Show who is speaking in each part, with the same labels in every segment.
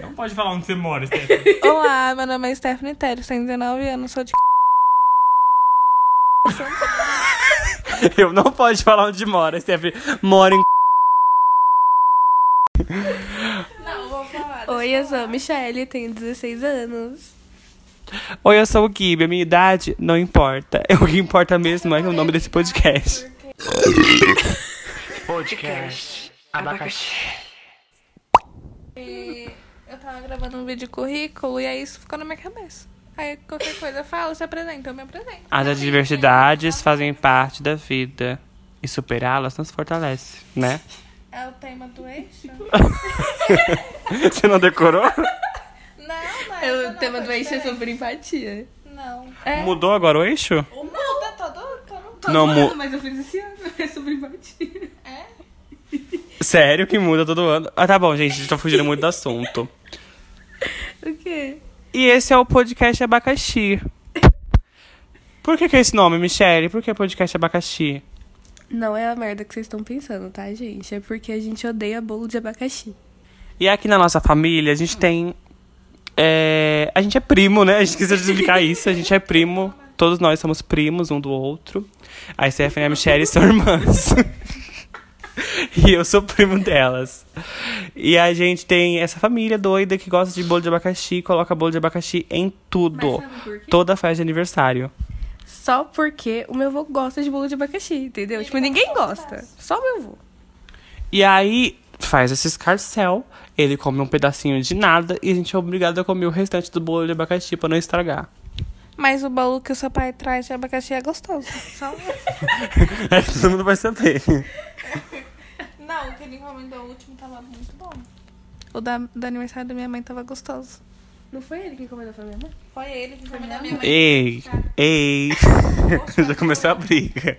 Speaker 1: Não pode falar onde você mora, Stephanie.
Speaker 2: Olá, meu nome é Stephanie Tério, tenho 19 anos, sou de...
Speaker 1: Eu não pode falar onde mora, Stephanie. Mora em.
Speaker 2: Não, vou falar.
Speaker 3: Oi, eu sou a Michelle, tenho 16 anos.
Speaker 1: Oi, eu sou o Kibe. A minha idade não importa. O que importa mesmo é o nome desse podcast.
Speaker 4: Podcast Abacaxi.
Speaker 2: E eu tava gravando um vídeo de currículo e aí isso ficou na minha cabeça. Aí qualquer coisa eu falo, se apresenta, eu me apresento.
Speaker 1: As adversidades fazem parte da vida. E superá-las nos fortalece, né?
Speaker 2: É o tema do eixo?
Speaker 1: Você não decorou?
Speaker 2: Não, mas.
Speaker 3: É o tema do eixo é sobre empatia. É?
Speaker 2: Não.
Speaker 1: Mudou agora o eixo?
Speaker 2: Muda todo. todo...
Speaker 1: Não, mu-
Speaker 3: mas é eu fiz esse ano, é sobre empatia.
Speaker 2: É?
Speaker 1: Sério que muda todo ano. Ah, tá bom, gente, tô fugindo muito do assunto.
Speaker 3: O quê?
Speaker 1: E esse é o podcast Abacaxi. Por que, que é esse nome, Michelle? Por que podcast Abacaxi?
Speaker 3: Não é a merda que vocês estão pensando, tá, gente? É porque a gente odeia bolo de abacaxi.
Speaker 1: E aqui na nossa família, a gente tem. é, a gente é primo, né? A gente esqueceu de explicar isso. A gente é primo. Todos nós somos primos um do outro. A Stephanie e a Michelle são irmãs. e eu sou primo delas. E a gente tem essa família doida que gosta de bolo de abacaxi e coloca bolo de abacaxi em tudo. Toda festa de aniversário.
Speaker 3: Só porque o meu avô gosta de bolo de abacaxi, entendeu? tipo, ninguém gosta. Só o meu avô.
Speaker 1: E aí faz esse escarcel, ele come um pedacinho de nada e a gente é obrigado a comer o restante do bolo de abacaxi pra não estragar.
Speaker 2: Mas o bolo que o seu pai traz de abacaxi é gostoso. Só...
Speaker 1: É, todo mundo vai saber.
Speaker 2: Não, o que ele encomendou o último tava muito bom. O da, do aniversário da minha mãe tava gostoso.
Speaker 3: Não foi ele que encomendou pra minha mãe?
Speaker 2: Foi ele que encomendou a minha mãe.
Speaker 1: ei, ei. Já começou a briga.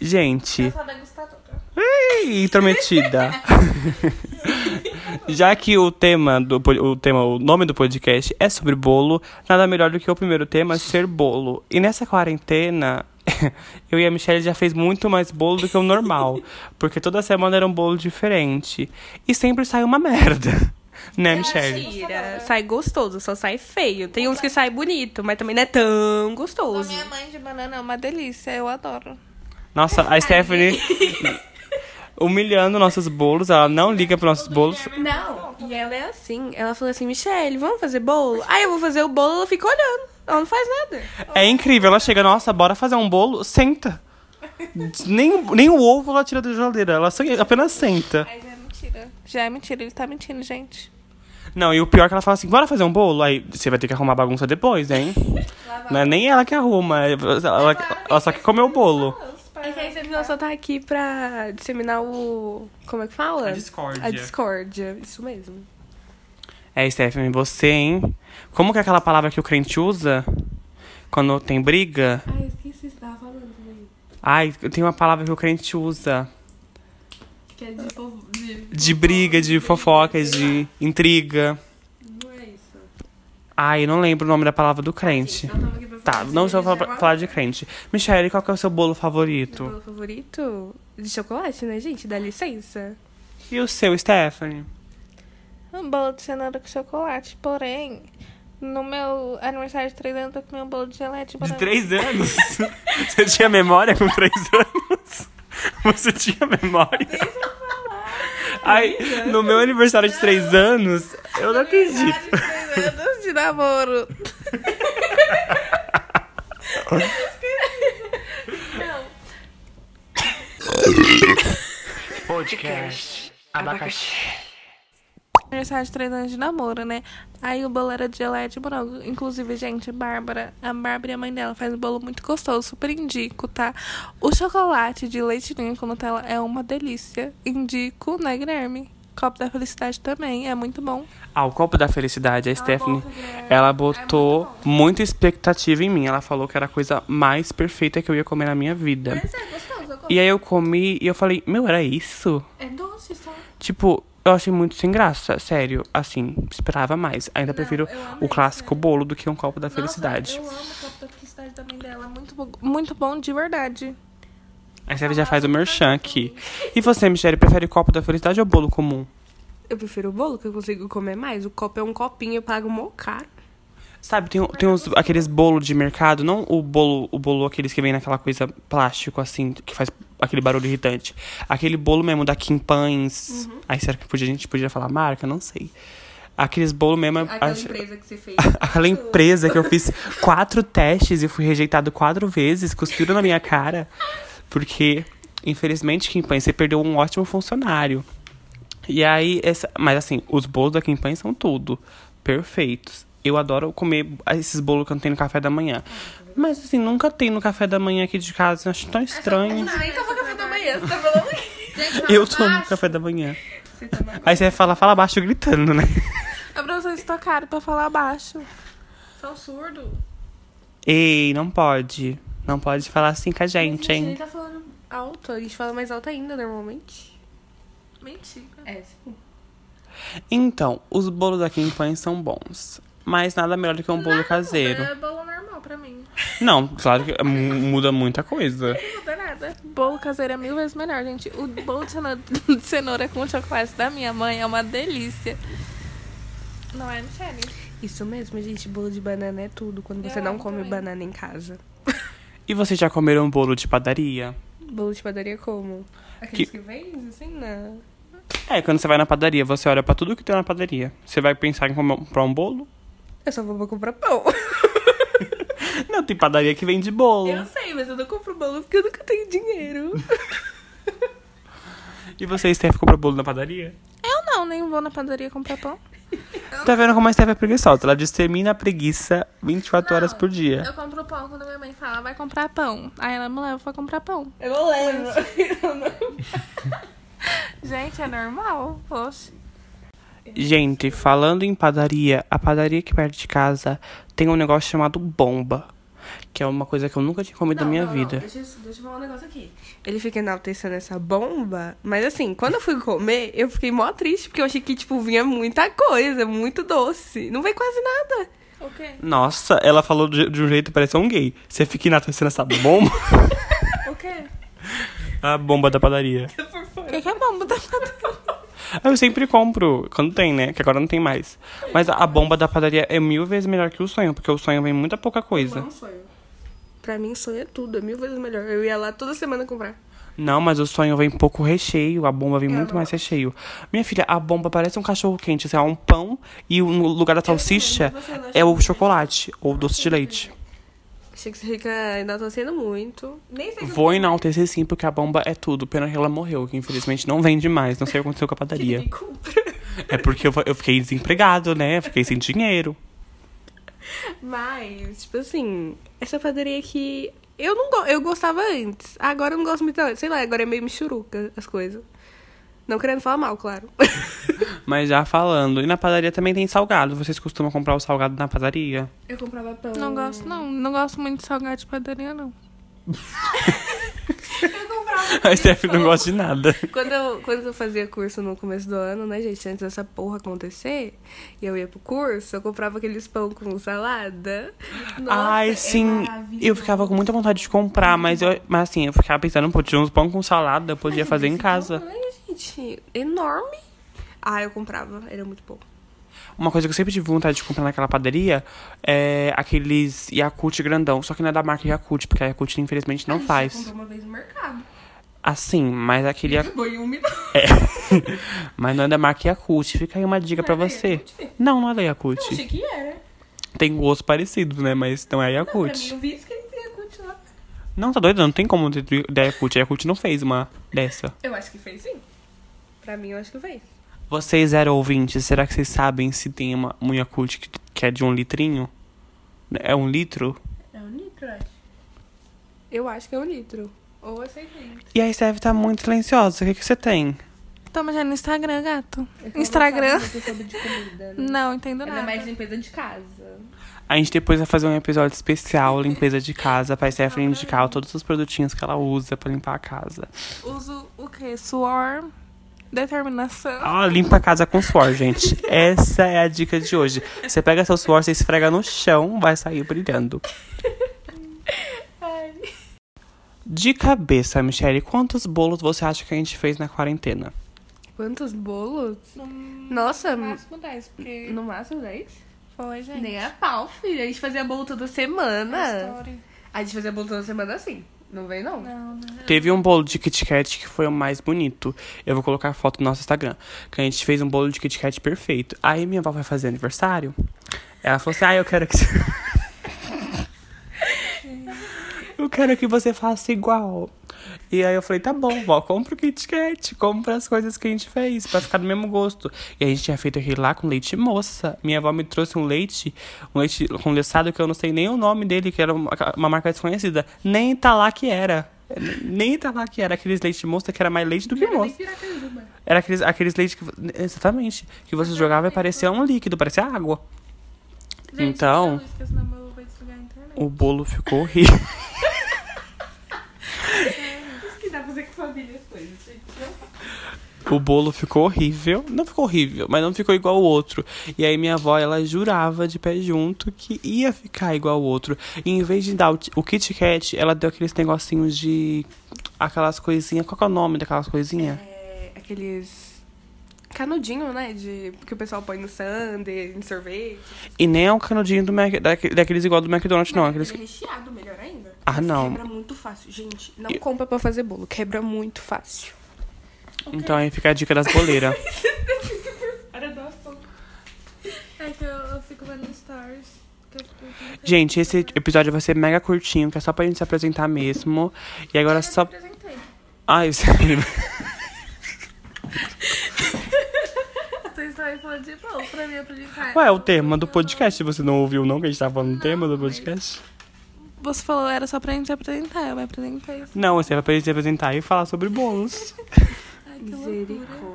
Speaker 1: Gente,
Speaker 2: Só degustadora.
Speaker 1: ei, intrometida. Já que o tema do po- o tema, o nome do podcast é sobre bolo, nada melhor do que o primeiro tema ser bolo. E nessa quarentena, eu e a Michelle já fez muito mais bolo do que o normal, porque toda semana era um bolo diferente e sempre sai uma merda. Né, Michelle?
Speaker 3: Mentira. Sai gostoso, só sai feio. Tem uns que sai bonito, mas também não é tão
Speaker 2: Da
Speaker 3: gostoso.
Speaker 2: minha mãe de banana é uma delícia, eu adoro.
Speaker 1: Nossa, a Stephanie humilhando nossos bolos, ela não liga para nossos bolos.
Speaker 3: Não, e ela é assim. Ela falou assim, Michelle, vamos fazer bolo? Aí eu vou fazer o bolo, ela fica olhando. Ela não faz nada.
Speaker 1: É incrível, ela chega, nossa, bora fazer um bolo, senta. Nem, nem o ovo ela tira da geladeira, ela só- apenas senta.
Speaker 2: Aí já é mentira. Já é mentira, ele tá mentindo, gente.
Speaker 1: Não, e o pior é que ela fala assim, bora fazer um bolo? Aí você vai ter que arrumar a bagunça depois, hein? Não é nem ela que arruma, é- ela, ela só quer comer o bolo.
Speaker 3: É que a gente só tá aqui pra disseminar o... Como é que fala?
Speaker 1: A discórdia.
Speaker 3: A discórdia, isso mesmo.
Speaker 1: É, Stephanie, você, hein? Como que é aquela palavra que o crente usa quando tem briga?
Speaker 3: Ai, esqueci, você tava falando também.
Speaker 1: Ai, tem uma palavra que o crente usa.
Speaker 3: Que é de povo...
Speaker 1: De briga, de fofoca, de intriga.
Speaker 3: Não é isso.
Speaker 1: Ai, eu não lembro o nome da palavra do crente.
Speaker 3: Eu tava aqui pra
Speaker 1: Tá, não só
Speaker 3: né?
Speaker 1: pra falar de crente. Michelle, qual que é o seu bolo favorito?
Speaker 3: Meu favorito de chocolate, né, gente? Dá licença.
Speaker 1: E o seu, Stephanie?
Speaker 2: Um bolo de cenoura com chocolate, porém, no meu aniversário de 3 anos eu comi um bolo de geleia de banana.
Speaker 1: anos? Você tinha memória com três anos? Você tinha memória? Deixa eu falar. Ai, no meu aniversário de três anos, eu não acredito.
Speaker 2: Aniversário de 3 anos de namoro.
Speaker 4: Podcast Abacaxi.
Speaker 2: Aniversário de 3 anos de namoro, né? Aí o bolo era de geleia de morango. Inclusive, gente, Bárbara, a Bárbara e a mãe dela fazem um bolo muito gostoso, super indico, tá? O chocolate de leite ninho com Nutella é uma delícia. Indico, né, Guilherme? Copo da Felicidade também, é muito bom.
Speaker 1: Ah, o copo da felicidade, a Stephanie, ela botou muita expectativa em mim. Ela falou que era a coisa mais perfeita que eu ia comer na minha vida.
Speaker 2: é gostoso, eu
Speaker 1: E aí eu comi e eu falei, meu, era isso?
Speaker 2: É doce só.
Speaker 1: Tipo, eu achei muito sem graça, sério. Assim, esperava mais. Ainda prefiro
Speaker 2: eu amei,
Speaker 1: o clássico bolo do que um copo da felicidade.
Speaker 2: eu amo o copo da felicidade também dela. é Muito, bo- muito bom de verdade.
Speaker 1: A Stephanie já faz o merchan aqui. E você, Michelle, prefere copo da felicidade ou bolo comum?
Speaker 3: Eu prefiro o bolo, que eu consigo comer mais. O copo é um copinho, eu pago mó caro.
Speaker 1: Sabe, tem, tem uns, aqueles bolos de mercado, não o bolo, o bolo aqueles que vem naquela coisa plástico, assim, que faz aquele barulho irritante. Aquele bolo mesmo da Kim Pães.
Speaker 2: Uhum.
Speaker 1: Aí será que podia, a gente podia falar marca? Não sei. Aqueles bolo mesmo.
Speaker 3: Aquela
Speaker 1: acho-
Speaker 3: empresa que você fez.
Speaker 1: Aquela empresa que eu fiz quatro testes e fui rejeitado quatro vezes, cuspiram na minha cara. Porque, infelizmente, Kim Pan, você perdeu um ótimo funcionário. E aí, essa... mas assim, os bolos da Kim Pan são tudo. Perfeitos. Eu adoro comer esses bolos que eu não tenho no café da manhã. Mas assim, nunca tem no café da manhã aqui de casa, eu acho tão estranho.
Speaker 3: Nem tava então café da manhã, você tá falando aqui.
Speaker 1: Eu um tomo café da manhã. Aí você fala, fala baixo gritando, né?
Speaker 2: É pra vocês tocarem pra falar baixo.
Speaker 3: São surdo.
Speaker 1: Ei, não pode. Não pode falar assim com a gente, hein?
Speaker 3: Ele tá falando alto, a gente fala mais alto ainda normalmente.
Speaker 2: Mentira.
Speaker 3: É, sim.
Speaker 1: Então, os bolos da Kim Pan são bons. Mas nada melhor do que um bolo caseiro.
Speaker 2: É bolo normal pra mim.
Speaker 1: Não, claro que mu- muda muita coisa.
Speaker 2: Não dá nada. Bolo caseiro é mil vezes melhor, gente. O bolo de cenoura, de cenoura com chocolate da minha mãe é uma delícia. Não é, Michelle?
Speaker 3: Isso mesmo, gente. Bolo de banana é tudo quando você
Speaker 2: Eu
Speaker 3: não
Speaker 2: amo
Speaker 3: come
Speaker 2: também.
Speaker 3: banana em casa.
Speaker 1: E vocês já comeram um bolo de padaria?
Speaker 3: Bolo de padaria como? Aqueles que, vêm assim, não.
Speaker 1: É, quando você vai na padaria, você olha pra tudo que tem na padaria. Você vai pensar em comprar um bolo?
Speaker 3: Eu só vou pra comprar pão.
Speaker 1: Não, tem padaria que vende bolo.
Speaker 3: Eu sei, mas eu não compro bolo porque eu nunca tenho dinheiro.
Speaker 1: E você, Steph, compra bolo na padaria?
Speaker 2: Eu não, nem vou na padaria comprar pão.
Speaker 1: Tá vendo como a Steph é preguiçosa? Ela determina a preguiça 24 horas por dia.
Speaker 2: Eu compro pão quando minha mãe fala, vai comprar pão. Aí ela me leva pra comprar pão.
Speaker 3: Eu não lembro.
Speaker 2: Gente, é normal. Poxa.
Speaker 1: Gente, falando em padaria, a padaria aqui perto de casa tem um negócio chamado bomba. Que é uma coisa que eu nunca tinha comido na minha vida.
Speaker 3: Deixa, eu- deixa eu falar um negócio aqui. Ele fica enaltecendo essa bomba, mas assim, quando eu fui comer, eu fiquei mó triste, porque eu achei que, tipo, vinha muita coisa, muito doce. Não veio quase nada.
Speaker 2: O quê?
Speaker 1: Nossa, ela falou de, de um jeito que parece um gay. Você fica enatecendo essa bomba?
Speaker 2: O quê?
Speaker 1: a bomba da padaria.
Speaker 2: O que, que é bomba da padaria?
Speaker 1: Ah, Eu sempre compro, quando tem, né? Que agora não tem mais. Mas a, a bomba da padaria é mil vezes melhor que o sonho, porque o sonho vem muita pouca
Speaker 3: é
Speaker 1: coisa.
Speaker 3: um Pra mim, sonho é tudo, é mil vezes melhor. Eu ia lá toda semana comprar.
Speaker 1: Não, mas o sonho vem pouco recheio, a bomba vem muito mais recheio. Minha filha, a bomba parece um cachorro quente, assim, é um pão e o- no lugar da salsicha é o chocolate ou doce de leite.
Speaker 3: Achei que você fica enaltecendo muito. Nem sei
Speaker 1: Vou enaltecer sim, porque a bomba é tudo. Pena que ela morreu, que infelizmente não vende mais. Não sei o que aconteceu com a padaria.
Speaker 3: que compra.
Speaker 1: É porque eu, fa- eu fiquei desempregado, né? Eu Fiquei sem dinheiro.
Speaker 3: Mas, tipo assim, essa padaria que eu não go- eu gostava antes. Agora eu não gosto muito não. Sei lá, agora é meio michuruca as coisas. Não querendo falar mal, claro.
Speaker 1: Mas já falando, e na padaria também tem salgado. Vocês costumam comprar o salgado na padaria?
Speaker 3: Eu comprava pão.
Speaker 2: Não gosto, não. Não gosto muito de salgado de padaria, não.
Speaker 1: A Steph não gosta de nada.
Speaker 3: Quando eu, quando eu fazia curso no começo do ano, né, gente? Antes dessa porra acontecer, e eu ia pro curso, eu comprava aqueles pão com salada. Nossa,
Speaker 1: Ai,
Speaker 3: é
Speaker 1: sim. eu ficava com muita vontade de comprar, mas, eu, mas assim, eu ficava pensando, pô, tinha uns pão com salada, eu podia fazer em casa.
Speaker 3: Ai, é um gente, enorme. Ah, eu comprava, era muito bom.
Speaker 1: Uma coisa que eu sempre tive vontade de comprar naquela padaria é aqueles Yakult grandão. Só que não é da marca Yakult, porque a Yakult infelizmente não faz.
Speaker 3: uma vez no mercado.
Speaker 1: Assim, mas aquele. Yakult-
Speaker 3: Foi um minuto.
Speaker 1: É. mas não é da marca Yakult. Fica aí uma dica pra você. Não, não é da Yakult.
Speaker 3: que era.
Speaker 1: Tem gosto parecido, né? Mas não é Yakult.
Speaker 3: vi isso que ele tem Yakult lá.
Speaker 1: Não, tá doido? Não tem como ter da Yakult. A Yakult não fez uma dessa.
Speaker 3: Eu acho que fez sim. Pra mim, eu acho que fez.
Speaker 1: Vocês eram ouvintes, será que vocês sabem se tem uma, um Yakult que, que é de um litrinho? É um litro?
Speaker 3: É um litro, eu acho. Eu acho que é um litro. Ou é seis litros.
Speaker 1: E a Steph tá muito silenciosa. O que, que você tem?
Speaker 2: Toma já no Instagram, gato. Instagram.
Speaker 3: Eu soube de comida, né?
Speaker 2: Não, entendo
Speaker 3: Ela é
Speaker 2: nada.
Speaker 3: mais limpeza de casa.
Speaker 1: A gente depois vai fazer um episódio especial, limpeza de casa, pra Steph indicar todos os produtinhos que ela usa pra limpar a casa.
Speaker 2: Uso o quê? Suor, determinação.
Speaker 1: Ah, limpa a casa com suor, gente. Essa é a dica de hoje. Você pega seu suor, você esfrega no chão, vai sair brilhando. De cabeça, Michelle, quantos bolos você acha que a gente fez na quarentena?
Speaker 3: Quantos bolos?
Speaker 2: No
Speaker 3: Nossa,
Speaker 2: máximo 10, porque
Speaker 3: no máximo 10?
Speaker 2: foi, gente.
Speaker 3: Nem a pau, filha. A gente fazia bolo toda
Speaker 2: a
Speaker 3: semana.
Speaker 2: story.
Speaker 3: A gente fazia bolo toda semana assim. Não vem, não.
Speaker 2: Não, né?
Speaker 1: Teve um bolo de Kit Kat que foi o mais bonito. Eu vou colocar a foto no nosso Instagram. Que a gente fez um bolo de Kit Kat perfeito. Aí minha avó vai fazer aniversário. Ela falou assim: Ah, eu quero que você. eu quero que você faça igual. E aí eu falei: Tá bom, vó, compra o Kit Kat. Compra as coisas que a gente fez pra ficar do mesmo gosto. E a gente tinha feito aquele lá com leite moça. Minha avó me trouxe um leite, um leite condensado que eu não sei nem o nome dele, que era uma, uma marca desconhecida. Nem tá lá que era. Nem tá lá que era aqueles leite moça que era mais leite do que moça. Era aqueles, aqueles leite que. vo- Exatamente. Que você jogava e parecia um líquido, parecia água.
Speaker 2: Gente,
Speaker 1: Então-
Speaker 2: deixa a luz, porque senão eu vou desligar a internet.
Speaker 1: O bolo ficou horrível.
Speaker 3: Isso que dá pra fazer com família as coisas, gente.
Speaker 1: O bolo ficou horrível. Não ficou horrível, mas não ficou igual o outro. E aí minha avó, ela jurava de pé junto que ia ficar igual o outro. E em vez de dar o, ti- o Kit Kat, ela deu aqueles negocinhos de. Aquelas coisinhas. Qual que é o nome daquelas coisinhas?
Speaker 3: É, aqueles canudinho, né? De, que o pessoal põe no sundae, no sorvete.
Speaker 1: E nem é o canudinho do Mac, daque- daqueles igual do McDonald's, não. Aqueles...
Speaker 3: Aquele é recheado, melhor ainda.
Speaker 1: Ah,
Speaker 3: Mas
Speaker 1: não.
Speaker 3: Quebra muito fácil. Gente, não
Speaker 1: E-
Speaker 3: compra pra fazer bolo. Quebra muito fácil.
Speaker 1: Então aí fica a dica das boleiras.
Speaker 3: Era do açúcar.
Speaker 2: É que eu, eu fico vendo stories. que eu fico-
Speaker 1: Gente, esse episódio vai ser mega curtinho, que é só pra gente se apresentar mesmo. E agora só.
Speaker 2: Eu apresentei.
Speaker 1: Ai, você... é
Speaker 2: Vocês estão aí falando de bom pra mim apresentar.
Speaker 1: Qual é o tema do podcast? Você não ouviu, não, que a gente tava falando do tema do podcast?
Speaker 2: Você falou era só pra gente apresentar, eu me apresentei.
Speaker 1: Não, você vai pra se apresentar e falar sobre bolos.
Speaker 2: Ai, que loucura.
Speaker 3: Misericórdia.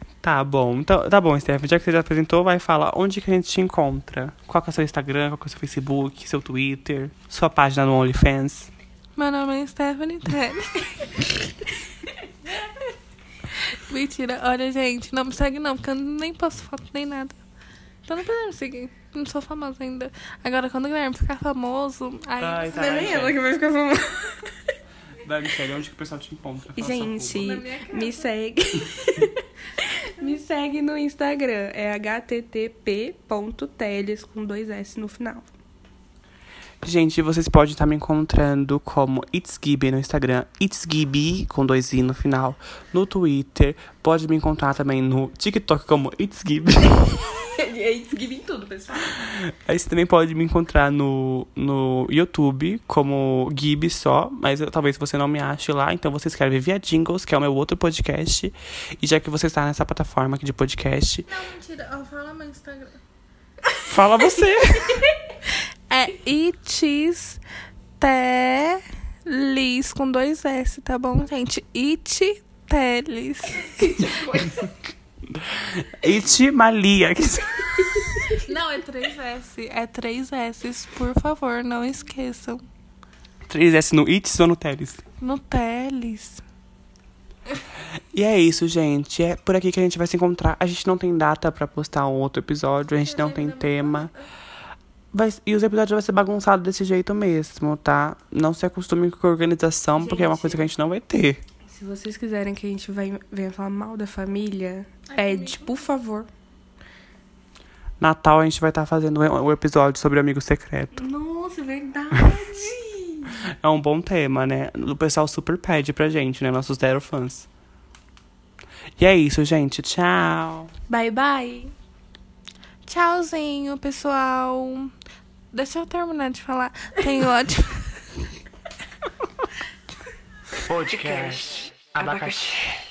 Speaker 1: Tá bom, então, tá bom, Steph. Já que você já apresentou, vai falar onde que a gente te encontra. Qual que é o seu Instagram, qual que é o seu Facebook, seu Twitter, sua página no OnlyFans.
Speaker 2: Meu nome é Stephanie Teddy. Mentira, olha, gente, não me segue não, porque eu nem posto foto nem nada. Então não precisa me seguir, não sou famosa ainda. Agora, quando o Guilherme ficar famoso, aí...
Speaker 1: Ai, tá.
Speaker 3: Não é nem
Speaker 1: Michelle.
Speaker 3: ela que vai ficar famosa.
Speaker 1: Vai, Michelle, onde que o pessoal te encontra? Fala seu
Speaker 3: Gente,
Speaker 1: arroba.
Speaker 2: Na minha cara.
Speaker 3: me segue. me segue no Instagram. É http.teles com dois S no final.
Speaker 1: Gente, vocês podem estar me encontrando como It's Gibi no Instagram, It's Gibi com dois i no final, no Twitter, pode me encontrar também no TikTok como It's Gibi.
Speaker 3: É isso que vem tudo, pessoal.
Speaker 1: Aí você também pode me encontrar no, no YouTube como Gibi só, mas eu- talvez você não me ache lá, então você escreve via Jingles, que é o meu outro podcast. E já que você está nessa plataforma aqui de podcast,
Speaker 2: Não, mentira, ó, fala meu Instagram.
Speaker 1: fala você!
Speaker 2: É itis telis com dois S, tá bom, gente? It telis.
Speaker 1: It Malia.
Speaker 2: Não, é três S. É três S, por favor, não esqueçam.
Speaker 1: 3S no It's ou no Teles?
Speaker 2: No telis.
Speaker 1: E é isso, gente. É por aqui que a gente vai se encontrar. A gente não tem data pra postar um outro episódio, a gente não tem tema. Vai- e os episódios vão ser bagunçados desse jeito mesmo, tá? Não se acostume com a organização, porque é uma
Speaker 3: Gente.
Speaker 1: coisa que a gente não vai ter.
Speaker 3: Se vocês quiserem que a gente vai- venha falar mal da família, pede, por favor.
Speaker 1: Natal a gente vai estar fazendo o o episódio sobre amigo secreto.
Speaker 3: Nossa, verdade.
Speaker 1: É um bom tema, né? O pessoal super pede pra gente, né? Nossos zero fãs. E é isso, gente. Tchau.
Speaker 3: bye, bye.
Speaker 2: Tchauzinho, pessoal. Deixa eu terminar de falar. Tenho ótimo.
Speaker 4: Podcast Abacaxi.